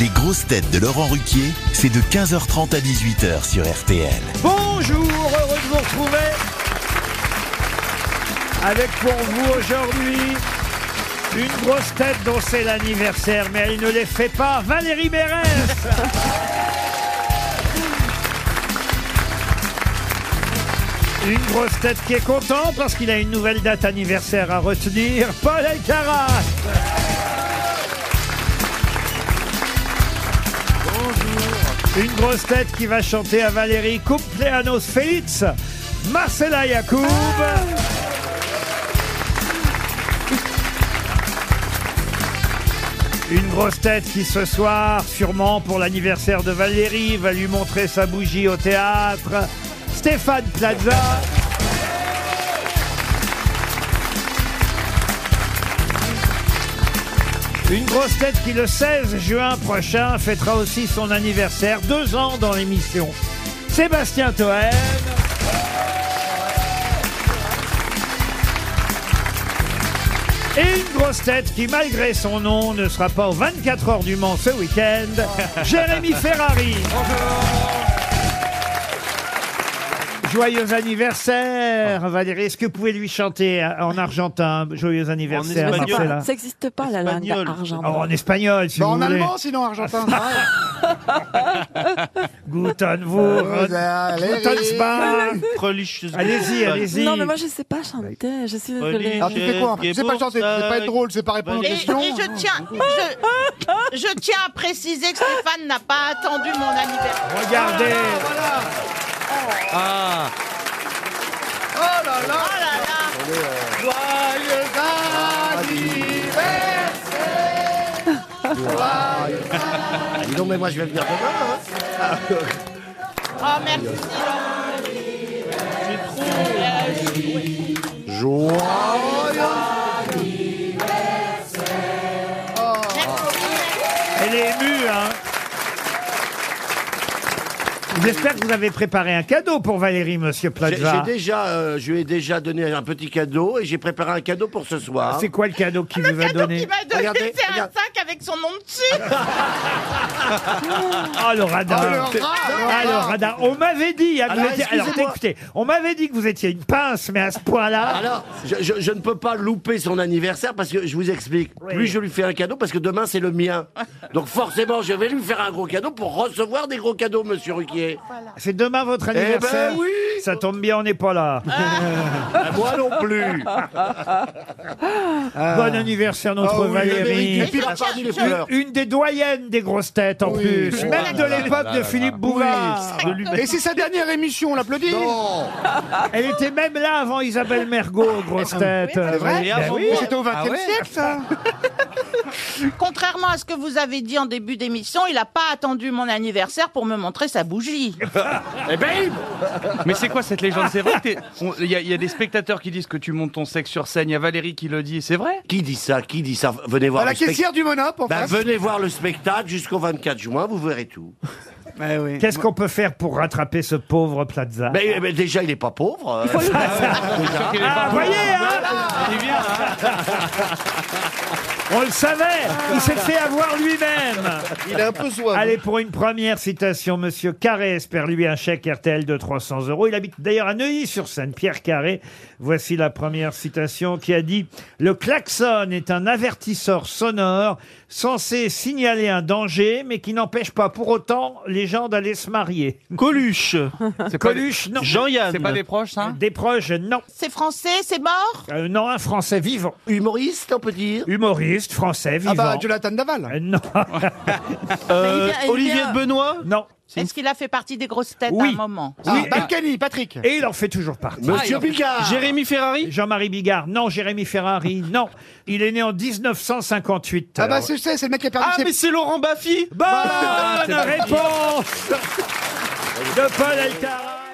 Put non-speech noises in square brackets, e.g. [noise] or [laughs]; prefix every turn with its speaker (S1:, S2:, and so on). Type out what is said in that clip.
S1: Les grosses têtes de Laurent Ruquier, c'est de 15h30 à 18h sur RTL.
S2: Bonjour, heureux de vous retrouver. Avec pour vous aujourd'hui une grosse tête dont c'est l'anniversaire, mais elle ne les fait pas, Valérie Mérès. Une grosse tête qui est content parce qu'il a une nouvelle date anniversaire à retenir, Paul Elkarat. Une grosse tête qui va chanter à Valérie Cumpleanos Félix, Marcela Yacoub. Une grosse tête qui ce soir, sûrement pour l'anniversaire de Valérie, va lui montrer sa bougie au théâtre, Stéphane Plaza. Une grosse tête qui le 16 juin prochain fêtera aussi son anniversaire, deux ans dans l'émission. Sébastien Toen. Et une grosse tête qui, malgré son nom, ne sera pas aux 24 heures du Mans ce week-end, Jérémy Ferrari. Joyeux anniversaire, Valérie. Est-ce que vous pouvez lui chanter en argentin Joyeux anniversaire,
S3: espagnol.
S2: Marcella.
S4: Ça n'existe pas, la langue
S3: Espagnol.
S2: Oh,
S4: argentine.
S2: en espagnol, si
S5: Bah,
S2: vous
S5: en
S2: voulez.
S5: allemand, sinon argentin. pareil.
S2: Guten
S5: Vous
S2: Morgen.
S5: allez
S2: Guten
S5: rire.
S2: Span.
S3: Religieuse.
S2: Allez-y, allez-y.
S4: Non, mais moi, je sais pas chanter. Je suis désolée.
S5: Alors tu fais quoi en fait C'est pas chanter, c'est pas être drôle, c'est pas répondre aux
S6: Et, et
S5: questions.
S6: je tiens, je, je tiens à préciser que Stéphane n'a pas attendu mon anniversaire.
S2: Regardez.
S6: Oh là là,
S7: Non mais moi je vais venir demain.
S6: oh merci. C'est trop.
S2: Elle est émue, hein. J'espère que vous avez préparé un cadeau pour Valérie, monsieur
S7: J'ai j'ai
S2: Plaza.
S7: déjà, euh, je lui ai déjà donné un petit cadeau et j'ai préparé un cadeau pour ce soir.
S2: Ah, C'est quoi le cadeau qu'il
S5: Ah,
S2: vous a
S6: cadeau
S2: donné
S6: qu'il m'a donné,
S7: Regardez,
S6: c'est un
S7: regarde.
S6: sac avec son nom dessus.
S2: Ah, le radar.
S5: Oh, le Ah, rat,
S2: Ah,
S5: le
S2: le
S5: rat.
S2: radar. On m'avait dit. hein, que
S7: Alors,
S2: vous étiez- Alors,
S7: excusez-moi.
S2: écoutez, on m'avait dit que vous étiez une pince, mais à ce point-là.
S7: Alors, je, je- je ne peux pas louper son anniversaire parce que je vous explique.
S2: Oui.
S7: Plus je lui fais un cadeau parce que demain c'est le mien. Donc forcément, je vais lui faire un gros cadeau pour recevoir des gros cadeaux, Monsieur Ruquier.
S5: Ah.
S2: C'est demain votre
S5: Eh
S7: ben
S2: anniversaire.
S7: oui.
S2: Ça tombe bien, on n'est pas là.
S7: Ah, Moi non [laughs] plus.
S2: Bon anniversaire, notre
S5: Ah oui,
S2: Valérie.
S5: Valérie,
S7: Et puis, parmi les fleurs.
S2: Une des doyennes des grosses têtes en
S5: Oui.
S2: plus,
S5: Oh
S2: même
S5: là
S2: de l'époque de Philippe Bouvard.
S5: Et c'est sa dernière émission, on l'applaudit.
S2: Elle était même là avant Isabelle Mergot, grosses têtes.
S5: C'est vrai Ah
S2: Ben oui.
S5: Mais C'était au XXe siècle, ça.
S6: Contrairement à ce que vous avez dit en début d'émission, il n'a pas attendu mon anniversaire pour me montrer sa bougie.
S3: eh ben, Mais c'est quoi cette légende C'est vrai qu'il y, a- il y a des spectateurs qui disent que tu montes ton sexe sur scène. Il y a Valérie qui le dit, c'est vrai
S7: Qui dit ça Qui dit ça Venez voir
S5: Bah, la
S7: le spect-
S5: caissière du Monop, en
S7: Bah,
S5: face.
S7: venez voir le spectacle jusqu'au 24 juin, vous verrez tout.
S5: Ouais, oui.
S2: Qu'est-ce qu'on peut faire pour rattraper ce pauvre Plaza
S5: Ben,
S7: Mais, mais déjà, il n'est pas pauvre. euh.
S2: Ah, voyez,
S5: ben,
S2: hein
S5: hein.
S2: On le savait Il s'est fait avoir lui-même
S5: Il est un peu soif.
S2: Allez, pour une première citation, Monsieur Carré espère lui un chèque RTL de 300 euros. Il habite d'ailleurs à Neuilly-sur-Seine, Pierre Carré. Voici la première citation qui a dit « Le klaxon est un avertisseur sonore censé signaler un danger, mais qui n'empêche pas pour autant les gens d'aller se marier.
S3: Coluche. C'est » pas des-
S2: Coluche, non.
S3: Jean-Yann. C'est pas des proches, ça
S2: Des proches, non.
S6: C'est français, c'est mort
S2: Euh, non, un Français vivant.
S7: Humoriste, on peut dire.
S2: Humoriste, Français vivant.
S5: Ah bah, Jonathan Daval.
S2: Euh, non, [laughs]
S6: Eh
S4: Euh, il vient- il Olivier vient-
S3: Benoît
S2: non.
S6: Est-ce qu'il a fait partie des grosses têtes
S2: Oui.
S6: à un moment
S5: Ah,
S2: Oui.
S5: Balkany, Patrick.
S2: Et il en fait toujours partie.
S7: Monsieur Picard.
S3: Jérémy Ferrari
S2: Jean-Marie Bigard, non. Jérémy Ferrari, [laughs] non. Il est né en 1958.
S5: Ah bah, c'est c'est le mec qui a perdu
S3: Ah, mais
S5: ses...
S3: c'est Laurent Baffy
S2: Bonne réponse de Paul Alcaraz.